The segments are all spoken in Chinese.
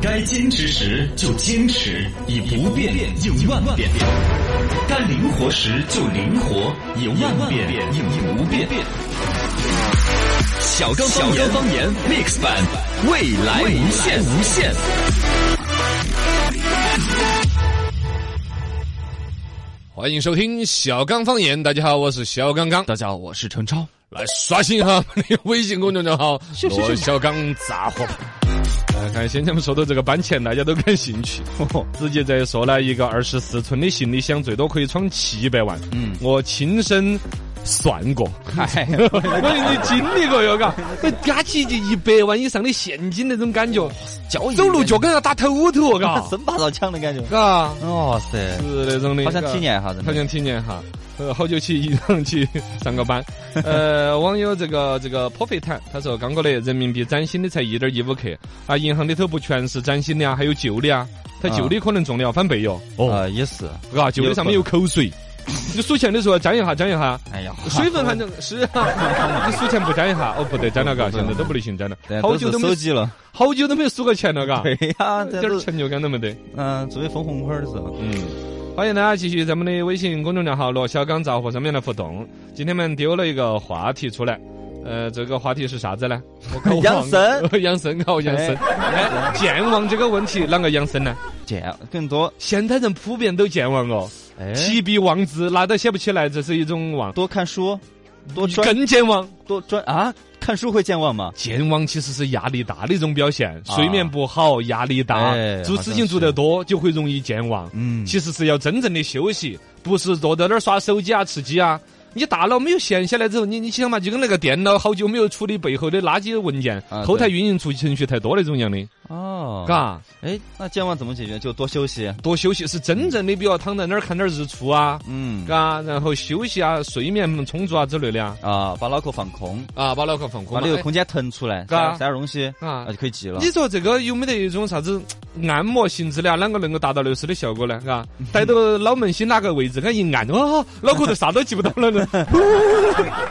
该坚持时就坚持，以不变应万变；该灵活时就灵活，以万变应不变。小刚方言方言 mix 版，未来无限无限。欢迎收听小刚方言，大家好，我是小刚刚，大家好，我是陈超。来刷新一下我们的 微信公众账号“罗小刚杂货铺”。来看，先前们说到这个搬迁，大家都感兴 趣。直接在说了一个二十四寸的行李箱，最多可以装七百万。嗯，我亲身算过，嗨，我已经经历过哟，嘎，拿起就一百万以上的现金那种感觉，交易走路脚跟要打头头， 嘎，生怕遭抢的感觉。嘎，哇塞，是那种的。好想嘎体验一下，真好的。想体验哈，呃，好久去一趟去上个 班。呃，网友这个这个颇肥谈，他说刚哥的人民币崭新的才一点一五克啊，银行里头不全是崭新的啊，还有旧的啊，它旧的可能中的要翻倍哟。啊，也是。啊，旧的上面有口水，你数钱的时候啊沾一下，沾一 下。哎呀，水分含量是 啊，你数钱不沾一下，哦 不得沾了嘎，现在都不流行沾了，对好都久是都没手 机了。好久都没有数过钱了嘎，对呀，一这点都成就感都没得。嗯，作为分红花儿的时候，嗯，欢迎大家继续咱们的微信公众号“罗小刚杂货”上面来互动。今天我们丢了一个话题出来，呃，这个话题是啥子呢？我搞忘了 养 生，养生，搞养生。哎，健忘这个问题啷个养生呢？见更多，现代人普遍都健忘哦，哎，提笔忘字，哪都写不起来，这是一种忘。多看书，多专更健忘，多专啊，看书会健忘吗？健忘其实是压力大的一种表现，啊睡眠不好，压力大哎，做好事像情做得是多就会容易健忘。嗯，其实是要真正的休息，不是坐在那儿刷手机啊、吃鸡啊。你大脑没有闲下来之后，你你想嘛，就跟那个电脑好久没有处理背后的垃圾文件、啊后台运营处程序太多那种样的，哦，嘎、，哎，那健忘怎么解决？就多休息。多休息是真正的，比如躺在那儿看点儿日出啊，嗯，嘎、然后休息啊，睡眠充足啊之类的啊，啊，把脑壳放空，啊，把脑壳放把空那嘛个空间腾出来，嘎塞塞点东西，哎啊啊，就。可以记了你。说这个有没得一种啥子按摩性质的啊？啷个能够达到类似的效果呢？ 啊，逮到脑门心哪个位置，俺一按，哦，脑壳头啥都记不到了呢。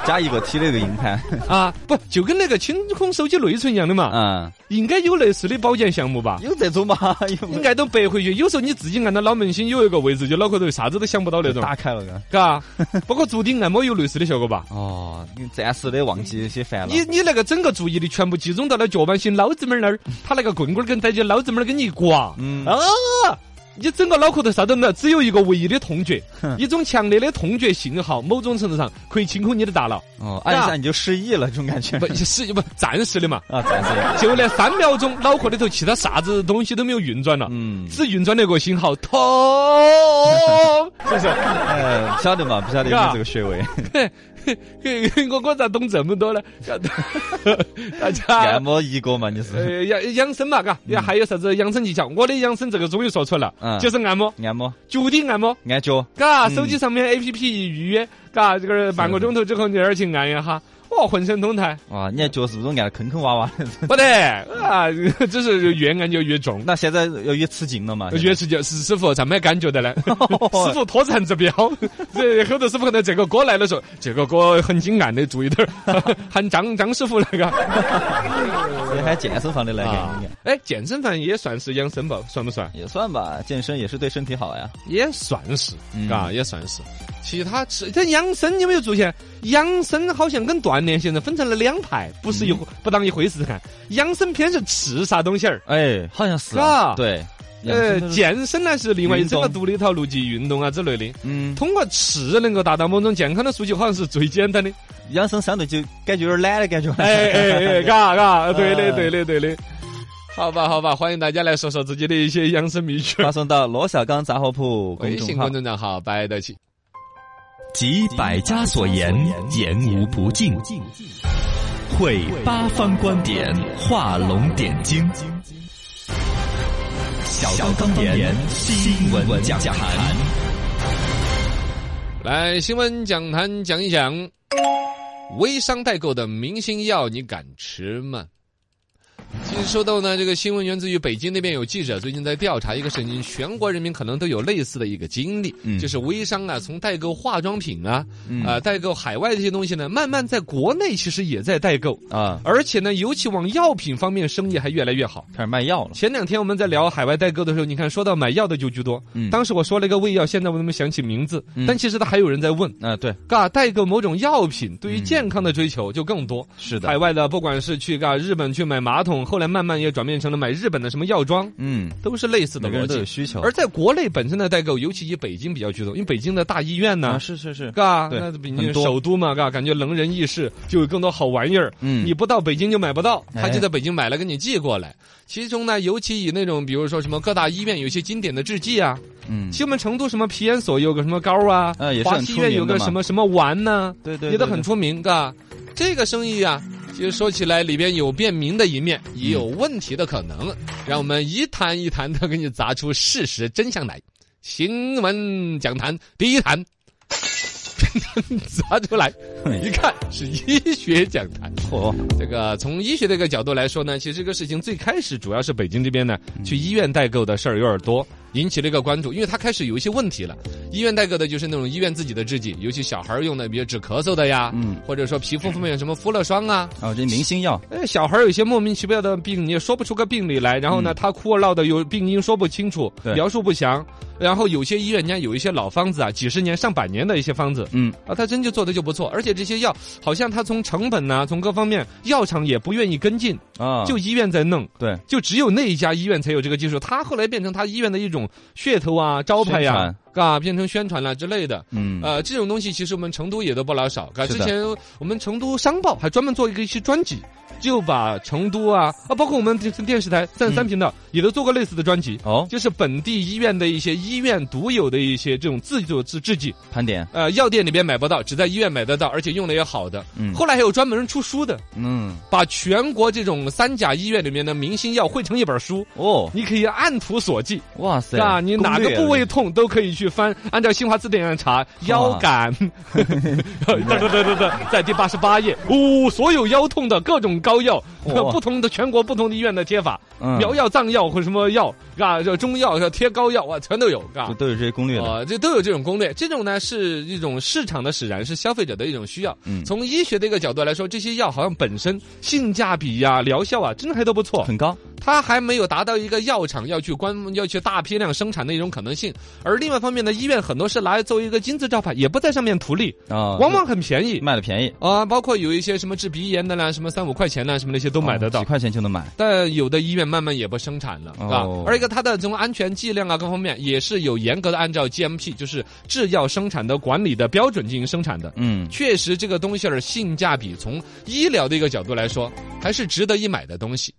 加一个 T 那个硬盘，啊，不就跟那个清空手机内存一样的嘛， 嗯，应该有类似的保健项目吧？有这种 吗？有应该都白回去。有时候你自己按到脑门心有一个位置，就脑壳头啥子都想不到那 种，打开了个。嘎。包括足底按啊摩有类似的效果 吧？哦，你暂时的忘记些烦了你。你那个整个注意力全部集中到了脚板心老子妹儿那儿，他那个棍棍儿跟逮起老子妹儿跟你一刮，嗯啊，你整个脑壳头啥都没有，只有一个唯一的痛觉，一种强烈的痛觉信号，某种程度上可以清空你的大脑，哦，按一下你就失忆了，这种感觉。不是不暂时的嘛，啊，暂时。就那三秒钟，脑壳里头其他啥子东西都没有运转了，嗯，只运转那个信号痛， 是不是？呃，不晓得嘛，不晓得有没有这个穴位，嘿嘿我我咋懂这么多呢？ 大按家。摩一哥嘛，你是呃，养养生嘛，嘎，也还有啥子养生技巧？我的养生这个终于说出来了，嗯就是按摩，按摩脚底按摩，按脚，嘎，嗯手机上面 A P P 一预约，嘎，这个半个钟头之后你那儿去按一下，哇，浑身通泰，哇，你按脚是不是都按得坑坑洼洼的？不得啊， 只是越按就越重。那现在要约吃劲了嘛？越是就是师傅咋没感觉的呢？师哦傅拖缠着标， 这后头师傅可能这个歌来了说，这个歌很精暗的，注意点儿， 喊张张师傅那个。也喊健身房的来按一按，哎，健身房也算是养生吧，算不算？也算吧，健身也是对身体好呀。也算是，嗯嘎、也算是。其他吃，这养生有没有出现？养生好像跟锻炼现在分成了两派，不是一、不当一回事看。养生偏是吃啥东西儿，哎，好像是啊对，呃，健，健身呢是另外一运整动个独立一套路径，运动啊之类的。嗯，通过吃能够达到某种健康的诉求，好像是最简单的。养生相对就感觉有点懒的感觉。 哎哎哎，嘎嘎，对的嗯对的对的。好吧好吧，欢迎大家来说说自己的一些养生秘诀。发送到罗小刚杂货铺公微众信号公。众账号“白得起”。集百家所言，言无不尽；汇八方观点，画龙点睛。小刚方言新闻讲坛，来，新闻讲坛讲一讲，微商代购的明星药你敢吃吗？其说到呢，这个新闻源自于北京那边有记者最近在调查一个事情，全国人民可能都有类似的一个经历，嗯就是微商啊，从代购化妆品啊，啊、代购海外这些东西呢，慢慢在国内其实也在代购，啊，而且呢，尤其往药品方面生意还越来越好。开始卖药了。前两天我们在聊海外代购的时候，你看说到买药的就居多。嗯当时我说了一个胃药，现在我都没想起名字，嗯但其实他还有人在问，啊，对，嘎，代购某种药品对于健康的追求就更多。嗯是海的，外的不管是去嘎日本去买马桶，后来慢慢也转变成了买日本的什么药妆，嗯，都是类似的每个逻人都辑。有需求。而在国内本身的代购，尤其以北京比较居多，因为北京的大医院呢啊，。是是是，嘎，对那毕竟很多首都嘛，嘎，感觉能人异士，就有更多好玩意儿。嗯你不到北京就买不到，他哎就在北京买了给你寄过来。其中呢，尤其以那种比如说什么各大医院有一些经典的制剂啊，嗯，像我们成都什么皮研所有个什么膏啊，啊也是华很西出医院名有的个嘛什么什么丸呢、对对，也都对很。出名，嘎。这个生意啊，其实说起来里边有便民的一面，也有问题的可能。让我们一坛一坛的给你砸出事实真相来。新闻讲坛第一坛， 砸出来，一看是医学讲坛。火，这个从医学的一个角度来说呢，其实这个事情最开始主要是北京这边呢去医院代购的事儿有点多，引起了一个关注，因为它开始有一些问题了。医院代购的就是那种医院自己的制剂，尤其小孩儿用的，比如止咳嗽的呀，嗯或者说皮肤方面有什么敷乐霜啊。啊，这明星药，哎，小孩儿有些莫名其妙的病，你也说不出个病理来，然后呢，他哭闹的有病因说不清楚，嗯对描述不详。然后有些医院人家有一些老方子啊，几十年、上百年的一些方子，嗯，啊，他真就做的就不错，而且这些药好像他从成本呐、从各方面，药厂也不愿意跟进，啊，就医院在弄，对，就只有那一家医院才有这个技术。他后来变成他医院的一种噱头啊、招牌呀、宣啊，变成宣传啦、之类的。嗯，呃，这种东西其实我们成都也都不老少。啊，是之的前我们成都商报还专门做一个一期专辑，就把成都啊啊，包括我们电电视台三十三频道、也都做过类似的专辑。哦，就是本地医院的一些医院独有的一些这种自作自制剂，盘点，呃，药店里边买不到，只在医院买得到，而且用的也好的。嗯后来还有专门出书的，嗯，把全国这种三甲医院里面的明星药汇成一本书，哦，你可以按图索骥，哇塞，啊，你哪个攻略啊部位？痛都可以去翻，按照新华字典上查，腰 杆，等等等等等，在第八十八页，哦，所有腰痛的各种膏药，哇不同的全国不同的医院的贴法，嗯苗药、藏药或什么药，啊，这中药、这贴膏药啊，全都有，啊这。都有这些攻略的，啊，这都有这种攻略，这种呢是一种市场的使然，是消费者的一种需要。嗯从医学的一个角度来说，这些药好像本身性价比呀、疗效啊，真的还都不错。很高，它还没有达到一个药厂要去官要去大批量生产的一种可能性。而另外一方面呢，医院很多是拿来作为一个金字招牌，也不在上面图利，啊，往往很便宜卖的便宜，啊、包括有一些什么治鼻炎的啦，什么三五块钱啦，什么那些都都买得到啊几。块钱就能买，但有的医院慢慢也不生产了，哦啊，而一个它的这种安全剂量啊各方面也是有严格的按照 GMP，就是制药生产的管理的标准进行生产的。嗯，确实，这个东西儿性价比从医疗的一个角度来说，还是值得一买的东西。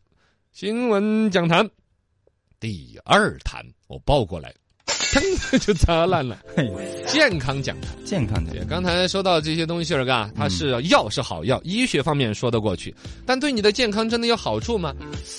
新闻讲坛第二坛，我抱过来， 噌就砸烂了嘿。健康讲坛，健康的对，刚才说到这些东西儿，嘎，它是药是好药，医学方面说得过去，但对你的健康真的有好处吗？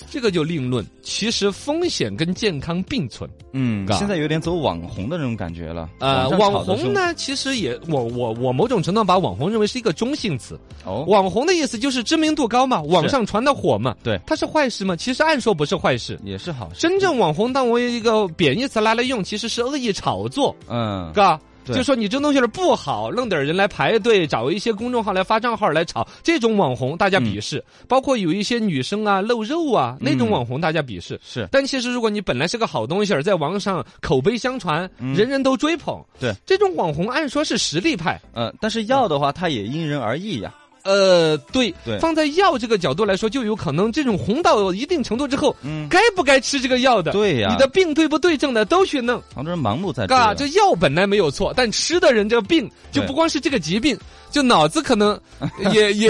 这个就另论。其实风险跟健康并存。嗯嘎，现在有点走网红的那种感觉了。呃，上网炒的时红候？呢，其实也，我我我某种程度上把网红认为是一个中性词。哦，网红的意思就是知名度高嘛，网上传的火嘛。对它是坏事吗？其实按说不是坏事。也是好事。真正网红当为一个贬义词拿来用，其实是恶意炒作，嗯，嘎。对就说你这东西儿不好，弄点人来排队，找一些公众号来发账号来炒，这种网红大家鄙视。包括有一些女生啊露肉啊那种嗯网红大家鄙视。是但其实如果你本来是个好东西儿，在网上口碑相传，嗯人人都追捧，对这种网红按说是实力派，呃，但是药的话，它也因人而异呀。呃，对，对放在药这个角度来说，就有可能这种红到一定程度之后，嗯，该不该吃这个药的，对呀呃你的病对不对症的都去弄，好多人盲目在嘎，这追药本来没有错，但吃的人这个病就对不光是这个疾病，就脑子可能也 也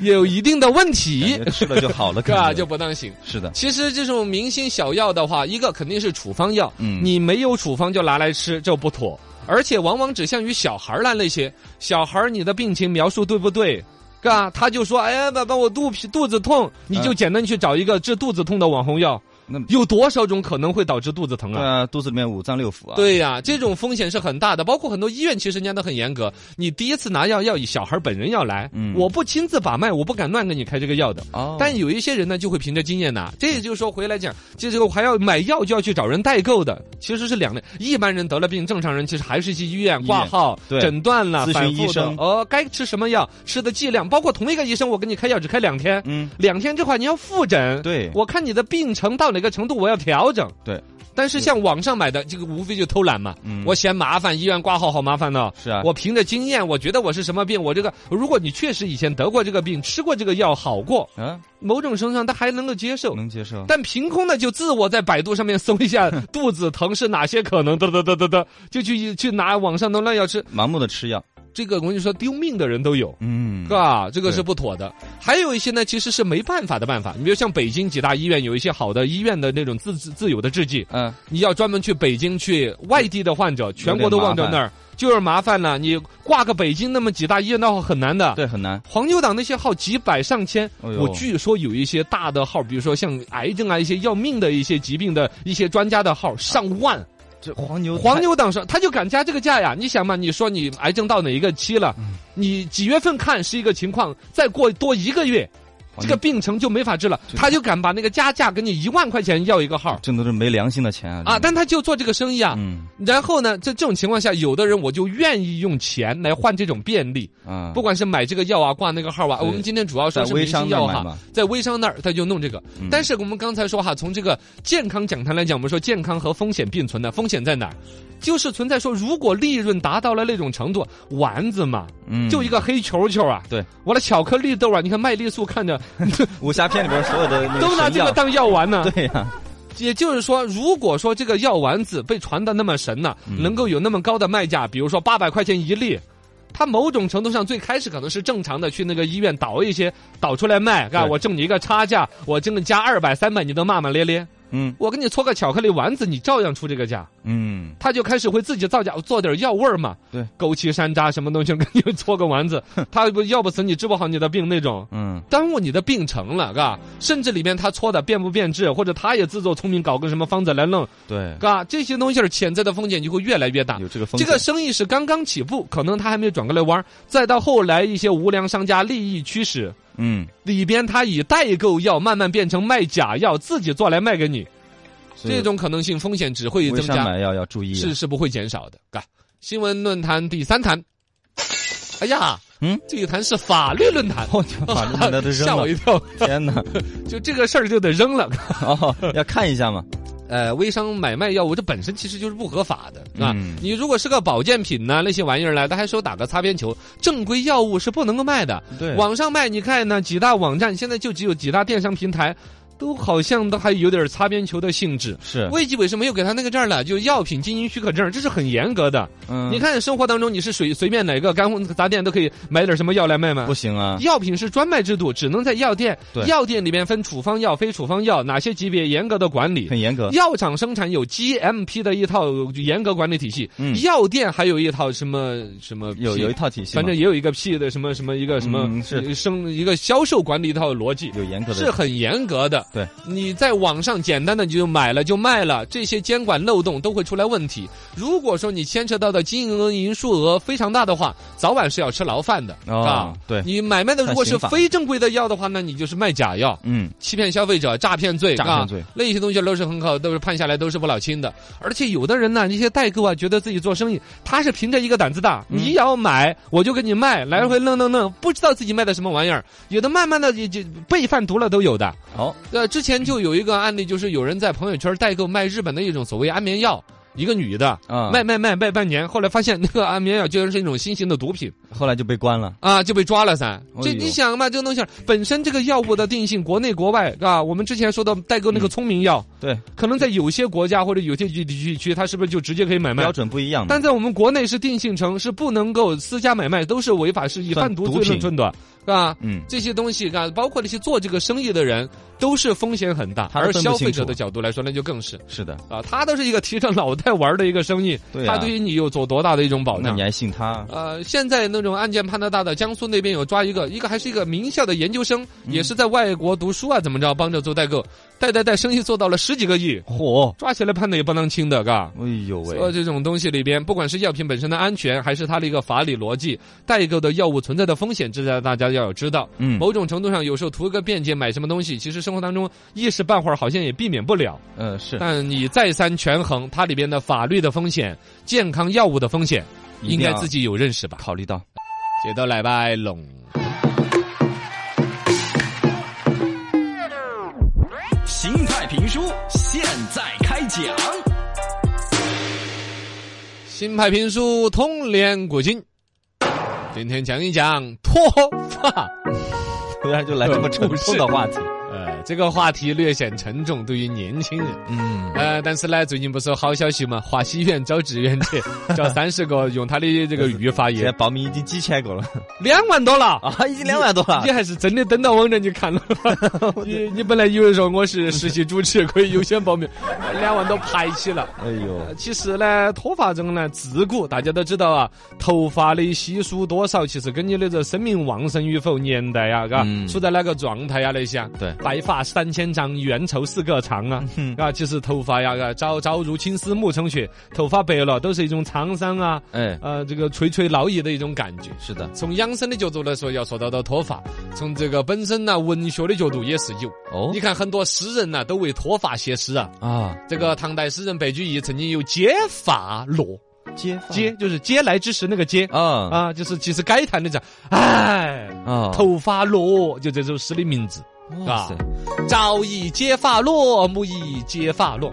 也有一定的问题感觉，吃了就好 了，嘎，感觉就不当行。是的。其实这种明星小药的话，一个肯定是处方药，嗯你没有处方就拿来吃，这不妥。而且往往指向于小孩儿啦那些小孩儿，你的病情描述对不对？啊嘎，他就说，哎呀，爸爸，我肚皮肚子痛，你就简单去找一个治肚子痛的网红药。那么有多少种可能会导致肚子疼对啊？啊，肚子里面五脏六腑啊。，对呀、这种风险是很大的，包括很多医院其实人家都很严格。你第一次拿药要以小孩本人要来，嗯我不亲自把脉，我不敢乱给你开这个药的。哦，但有一些人呢，就会凭着经验拿。这也就是说，回来讲，这这个还要买药就要去找人代购的，其实是两类。一般人得了病，正常人其实还是去医院医院挂号、对诊断了、咨询反复的医生哦，该吃什么药，吃的剂量，包括同一个医生，我给你开药只开两天，嗯，两天之后你要复诊。对我看你的病程到哪个程度，我要调整。对，但是像网上买的这个，无非就偷懒嘛。嗯我嫌麻烦，医院挂号好麻烦呢、哦是啊我凭着经验，我觉得我是什么病，我这个，如果你确实以前得过这个病，吃过这个药好过，啊，某种程度上他还能够接受。能接受。但凭空的就自我在百度上面搜一下 肚子疼是哪些可能，得得得得得，就去去拿网上的乱药吃，盲目的吃药，这个我跟你说丢命的人都有。嗯，哥、啊，这个对是不妥的。还有一些呢，其实是没办法的办法。你比如像北京几大医院有一些好的医院的那种自自自有的制剂，嗯，你要专门去北京去外地的患者，全国都望着那儿，就是麻烦了。你挂个北京那么几大医院的话很难的。对，很难。黄牛党那些号几百上千，哎呦我据说有一些大的号，比如说像癌症啊一些要命的一些疾病的一些专家的号上万。这黄牛，黄，牛党说他就敢加这个价呀？你想嘛，你说你癌症到哪一个期了？嗯你几月份看是一个情况，再过多一个月，黄这牛个病程就没法治了。他就敢把那个加价给你一万块钱要一个号挣的都是没良心的钱啊。啊！但他就做这个生意啊。嗯然后呢，这这种情况下，有的人我就愿意用钱来换这种便利。啊，不管是买这个药啊，挂那个号啊，对我们今天主要说在是微明商星那药儿买哈嘛，，在微商那儿他就弄这个。嗯但是我们刚才说哈，从这个健康讲坛来讲，我们说健康和风险并存的，风险在哪儿？就是存在说，如果利润达到了那种程度，丸子嘛，嗯，就一个黑球球啊，对，完了巧克力豆啊，你看麦丽素看着武侠片里边所有的那都拿神这个药当药丸呢。对呀，也就是说，如果说这个药丸子被传的那么神呢、嗯能够有那么高的卖价，比如说八百块钱一粒，它某种程度上最开始可能是正常的去那个医院倒一些倒出来卖，啊，对我挣你一个差价，我挣个加二百三百，你都骂骂咧咧。嗯我给你搓个巧克力丸子，你照样出这个价，嗯，他就开始会自己造假，做点药味儿嘛，对，枸杞山楂什么东西，给你搓个丸 子，他不要不死你治不好你的病那种。嗯，耽误你的病程了，嘎，甚至里面他搓的变不变质，或者他也自作聪明搞个什么方子来弄，对，嘎，这些东西儿险在的风险就会越来越大。有这个风这险。个生意是刚刚起步，可能他还没有转过来弯儿，再到后来一些无良商家利益驱使，嗯，里边他以代购药慢慢变成卖假药，自己做来卖给你，所以这种可能性风险只会微增商加，买药要注意啊。是是不会减少的，嘎。新闻论坛第三坛，哎呀，嗯，哦这一坛是法律论坛，我就把那都 吓扔我了一，跳。天哪！ 就这个事儿就得扔了。哦，要看一下嘛。 呃，微商买卖药物这本身其实就是不合法的啊。嗯你如果是个保健品呐、那些玩意儿来，他还说打个擦边球，正规药物是不能够卖的。对网上卖，你看呢，几大网站现在就只有几大电商平台，都好像都还有点擦边球的性质。是，卫计委是没有给他那个证儿了，就药品经营许可证，这是很严格的。嗯你看生活当中，你是随随便哪个干货杂店都可以买点什么药来卖吗？不行啊，药品是专卖制度，只能在药店对。药店里面分处方药、非处方药，哪些级别严格的管理。很严格。药厂生产有 GMP 的一套严格管理体系，嗯药店还有一套什么什么有 P 有一套体系嘛，反正也有一个 P 的什么什么一个什么、嗯是生一个销售管理一套逻辑。有严格的是很严格的，对，你在网上简单的你就买了就卖了，这些监管漏洞都会出来问题。如果说你牵扯到的金额、数额非常大的话，早晚是要吃牢饭的，啊哦，，对，你买卖的如果是看刑法非正规的药的话，那你就是卖假药，嗯，欺骗消费者、诈骗罪，诈骗罪啊，那些东西都是很可，都是判下来都是不老轻的。而且有的人呢，那些代购啊，觉得自己做生意，他是凭着一个胆子大，嗯你要买我就给你卖，来回弄弄弄，不知道自己卖的什么玩意儿，有的慢慢的也就被贩毒了都有的。好，呃，之前就有一个案例，就是有人在朋友圈代购卖日本的一种所谓安眠药。一个女的啊卖卖卖卖半年，后来发现那个安眠药居然是一种新型的毒品，后来就被关了。啊，就被抓了噻。哎呦这你想嘛，这个东西儿本身这个药物的定性，国内国外啊，我们之前说的代购那个聪明药，嗯对，可能在有些国家或者有些地区区，它是不是就直接可以买卖标？准不一样嘛。但在我们国内是定性成是不能够私家买卖，都是违法，是以算贩毒毒罪论品论的，啊。嗯，这些东西啊，包括那些做这个生意的人，都是风险很大。他都而分不消费清者楚的角度来说，那就更是是的，啊，他都是一个提着脑袋玩儿的一个生意，对他啊对于你有做多大的一种保那障你？还信他？呃，现在那种案件判的大的，江苏那嗯边有抓一个，一个还是一个名校的研究生，也是在外国读书啊，怎么着，帮着做代购。带带带，生意做到了十几个亿，嚯！抓起来判的也不能轻的，嘎。哎呦喂！所有这种东西里边，不管是药品本身的安全，还是它的一个法理逻辑，代购的药物存在的风险，这在大家要有知道。嗯某种程度上，有时候图个便捷买什么东西，其实生活当中一时半会儿好像也避免不了。嗯是，但你再三权衡它里边的法律的风险、健康药物的风险，一应定该要自己有认识吧？考虑到接到来拜龙。形态评书现在开讲。新派评书通联古今，今天讲一讲脱发。 突然 就来这么沉重的 话题，呃，这个话题略显沉重，对于年轻人。嗯，呃，但是呢，最近不是有好消息嘛？华西医院招志愿 者，招三十个，用他的这个预防现在液，报名已经几千个了两万多了。 啊，已经两万多了你，还是真的登到网站去看了。你你本来以为说我是实习主持，可以优先报名，两万多排起了。 哎呦，其实呢，脱发这个呢，自古大家都知道啊，头发的稀疏多少，其实跟你的这生命旺盛与否、年代啊，嘎、嗯处在哪个状态呀、那些啊。对白发三千丈，缘愁似个长啊！嗯啊，其实头发呀，啊朝朝如青丝暮成雪，头发白了都是一种沧桑啊，哎，呃，这个垂垂老矣的一种感觉。是的，从养生的角度来说，要说到到脱发，从这个本身呢、文学的角度也是有。哦你看很多诗人呐、都为脱发写诗啊。啊，这个唐代诗人白居易曾经有揭发落，接揭就是接来之时那个揭啊啊，就是其实该谈的讲，哎， 啊，头发落，就这首诗的名字。哇塞，朝以揭发落，暮以揭发落。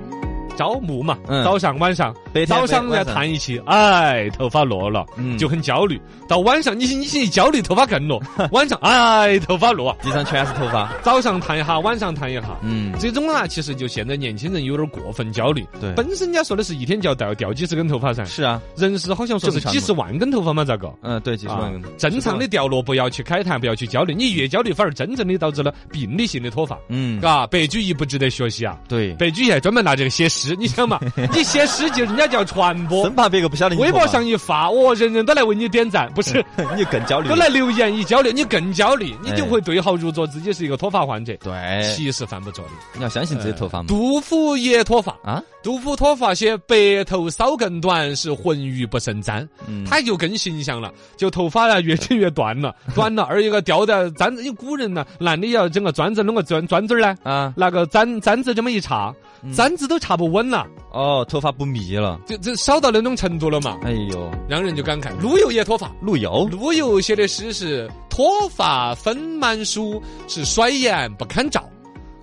朝暮嘛，嗯早上晚上，白天早上晚要上谈一起，哎，头发落了，嗯就很焦虑。到晚上，你你一焦虑，头发更 落。晚上，哎，头发落。地上全是头 发，早上谈一下，晚上谈一下。嗯，这种啊，其实就现在年轻人有点过分焦虑。对本身人家说的是一天就要掉掉几十根头发噻，是啊，人是好像说是正常几的十万根头发嘛，咋个？嗯，对，几十万啊个，正常的掉落，不要去慨叹，不要去焦虑。你越焦虑，反而真正的导致了病理性的脱发。嗯，嘎，白居易不值得学习啊！对，白居易还专门拿这个写诗，你想嘛，你写诗就人家叫传播生，怕别个不晓得你微头博发上一发，哦，人人都来为你点赞，不是你就更焦虑都了，来留言，一焦虑你更焦虑，你就哎会对号入座，自己是一个脱发患者。 对，其实犯不着的。你要相信自己的头发嘛，杜甫也脱发，嗯啊，杜甫脱发写“白头搔更短，是浑欲不胜簪”，嗯，他就更形象了，就头发啊越整越短 了，短了，而一个掉的簪子，因为古人呢，男的要整个簪子，弄个砖砖子儿呢，啊，拿个簪簪子这么一插，嗯簪子都插不稳了，哦，头发不密了，这这少到那种程度了嘛，哎呦，让人就感嗯慨。陆游也脱发，陆游，陆游写的诗是“脱发分满梳，是衰颜不堪照”，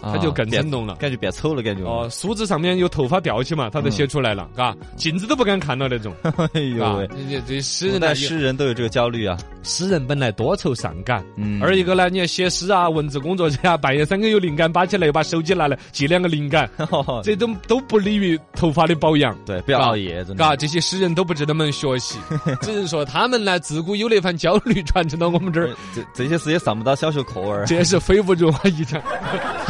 他他就更生动了。感觉变丑了，感觉，哦，梳子上面有头发掉起嘛，他都写出来了，嗯嘎、镜子都不敢看了那种， 哎呦嘎喂，，这这诗古人呢代，诗人啊都有这个焦虑啊，诗人本来多愁善感。嗯而一个呢，你看写诗啊，文字工作者啊，半夜三更有灵感，扒起来又把手机拿来记两个灵感，哦这都都不利于头发的保养。 对，不要熬夜，真嘎，的，这些诗人都不值得我们学 习，只是说他们呢，自古有那番焦虑传承到我们这儿，这这些事也上不到小学课文儿，这也 是非物质文化遗 产，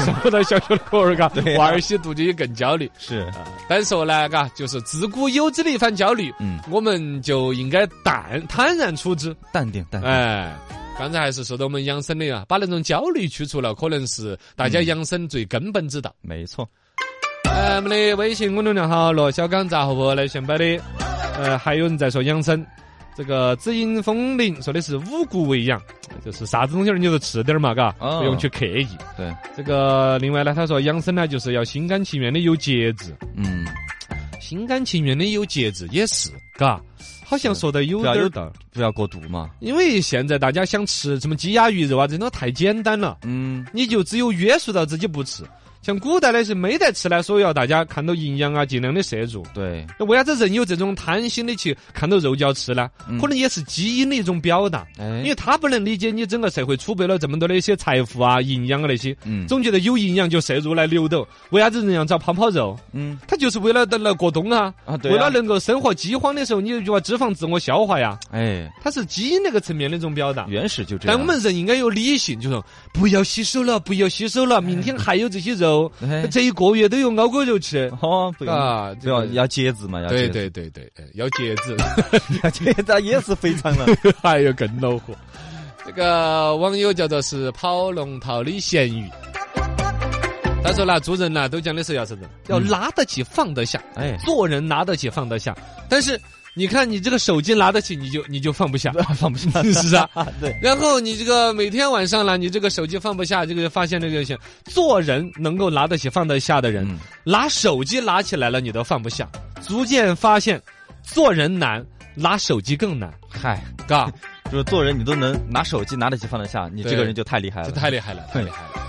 上不到小学的课文儿，嘎对，呀娃儿些读这些更焦虑。是，但是说呢，嘎，就是自古有之的一番焦虑，嗯，我们就应该淡坦然处之。淡定，淡定，哎，刚才还是说到我们养生的啊，把那种焦虑去除了，可能是大嗯家养生最根本之道。没错，呃，我们的微信公众号“罗小刚杂货铺”来选摆的，呃，还有人在说养生。这个紫音风铃说的是五谷为养，就是啥子东西儿你就吃点儿嘛，嘎，哦不用去刻意。对，这个另外呢，他说养生呢就是要心甘情愿的有节制，嗯，心甘情愿的有节制也是，嘎，好像说的有不点儿要啊有道儿。不要过度嘛，因为现在大家想吃什么鸡鸭鱼肉啊，这种太简单了，嗯，你就只有约束到自己不吃。像古代呢是没得吃呢，所以要大家看到营养啊，尽量的摄入。对，那为啥子人有这种贪心的去看到肉就要吃呢？嗯可能也是基因的一种表达，嗯哎因为他不能理解你整个社会储备了这么多的一些财富啊、营养啊那些，嗯总觉得有营养就摄入来流斗。为啥子人要找泡泡肉？嗯他就是为了等来过冬啊，啊，对为啊了，能够生活饥荒的时候，你就把脂肪自我消化呀。哎，它是基因那个层面的一种表达。原始就这样，但我们人应该有理性，就说不要吸收了，不要吸收了，明天还有这些肉，哎这一个月都有熬锅肉吃 哦，不要。啊，不这要个要节制嘛，要对节制对对对，呃要节制， 要节制也是非常了。 还有更恼火。这个网友叫做是跑龙套的咸鱼。他说呢，做人呢都讲的是要嗯什么？要拿得起放得下。哎，做人拿得起放得下，但是你看你这个手机拿得起，你就你就放不下， 放不下 是啊。啊， 对，然后你这个每天晚上呢，你这个手机放不下，这个发现这个行，做人能够拿得起放得下的人，嗯拿手机拿起来了你都放不下，逐渐发现做人难，拿手机更难，嗨，嘎，就是做人你都能拿手机拿得起放得下，你这对 个人就太厉害这了。太厉害了，太厉害了。